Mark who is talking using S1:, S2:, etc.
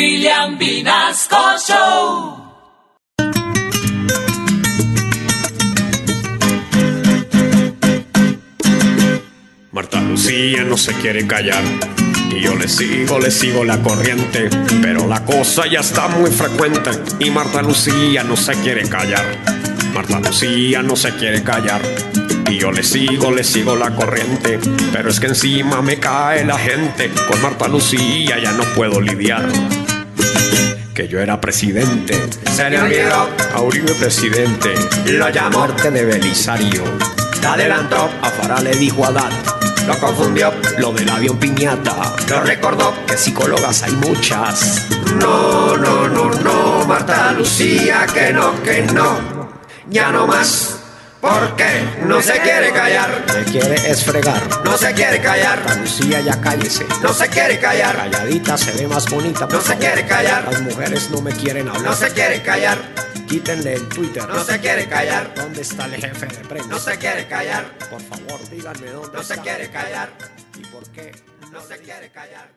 S1: William Vinasco Show.
S2: Marta Lucía no se quiere callar. Y yo le sigo, le sigo la corriente. Pero la cosa ya está muy frecuente. Y Marta Lucía no se quiere callar. Marta Lucía no se quiere callar. Y yo le sigo, le sigo la corriente. Pero es que encima me cae la gente. Con Marta Lucía ya no puedo lidiar. Que yo era presidente. Se le olvidó a Uribe presidente. Lo llamó Marte de Belisario. Adelantó a Farah le dijo a Dad. Lo confundió lo del avión piñata. Lo recordó que psicólogas hay muchas. No, no, no, no, Marta Lucía, que no, que no. Ya no más. Porque no se quiere callar. Se quiere es fregar. No se quiere callar. Marta Lucía, ya cállese. No se quiere callar. Calladita se ve más bonita. No se quiere callar. Las mujeres no me quieren hablar. No se quiere callar. Quítenle el Twitter. No se quiere callar. ¿Dónde está el jefe de prensa? No se quiere callar. Por favor, díganme dónde está. No se quiere callar. ¿Y por qué? No se quiere callar.